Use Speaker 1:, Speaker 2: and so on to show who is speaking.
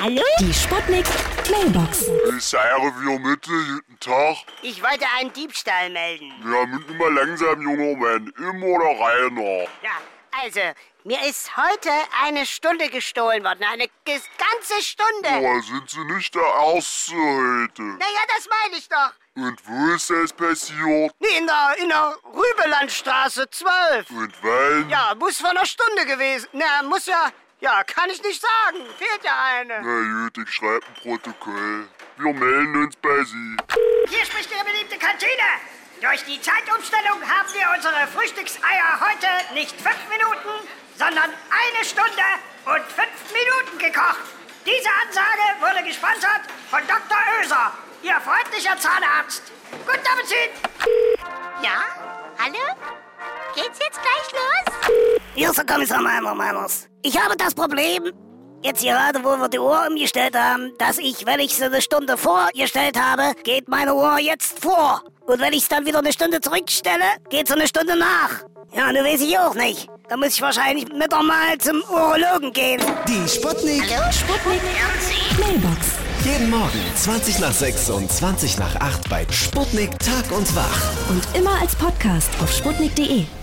Speaker 1: Hallo?
Speaker 2: Die Sputnik Mailbox.
Speaker 3: Servio Mitte, guten Tag.
Speaker 1: Ich wollte einen Diebstahl melden.
Speaker 3: Ja, müssen mal langsam, junger Mann. Immer der Reihe nach.
Speaker 1: Ja, also, mir ist heute eine Stunde gestohlen worden. Eine ges- ganze Stunde.
Speaker 3: Aber sind Sie nicht der Erste heute?
Speaker 1: Naja, das meine ich doch.
Speaker 3: Und wo ist das passiert?
Speaker 1: Nee, In der, in der Rübelandstraße 12.
Speaker 3: Und wann?
Speaker 1: Ja, muss vor einer Stunde gewesen. Na, muss ja. Ja, kann ich nicht sagen. Fehlt ja eine.
Speaker 3: Na gut, ich schreibe ein Protokoll. Wir melden uns bei Sie.
Speaker 4: Hier spricht Ihre beliebte Kantine. Durch die Zeitumstellung haben wir unsere Frühstückseier heute nicht fünf Minuten, sondern eine Stunde und fünf Minuten gekocht. Diese Ansage wurde gesponsert von Dr. Oeser, Ihr freundlicher Zahnarzt. Gut Appetit!
Speaker 5: Ja? Hallo? Geht's jetzt gleich los?
Speaker 6: Hier ist der Kommissar Malmer, Malmers. Ich habe das Problem, jetzt gerade, wo wir die Uhr umgestellt haben, dass ich, wenn ich sie eine Stunde vorgestellt habe, geht meine Uhr jetzt vor. Und wenn ich es dann wieder eine Stunde zurückstelle, geht sie eine Stunde nach. Ja, nun weiß ich auch nicht. Da muss ich wahrscheinlich mit mal zum Urologen gehen.
Speaker 7: Die Sputnik.
Speaker 5: Sputnik.
Speaker 2: Mailbox.
Speaker 7: Jeden Morgen 20 nach 6 und 20 nach 8 bei Sputnik Tag und Wach.
Speaker 2: Und immer als Podcast auf E. sputnik.de.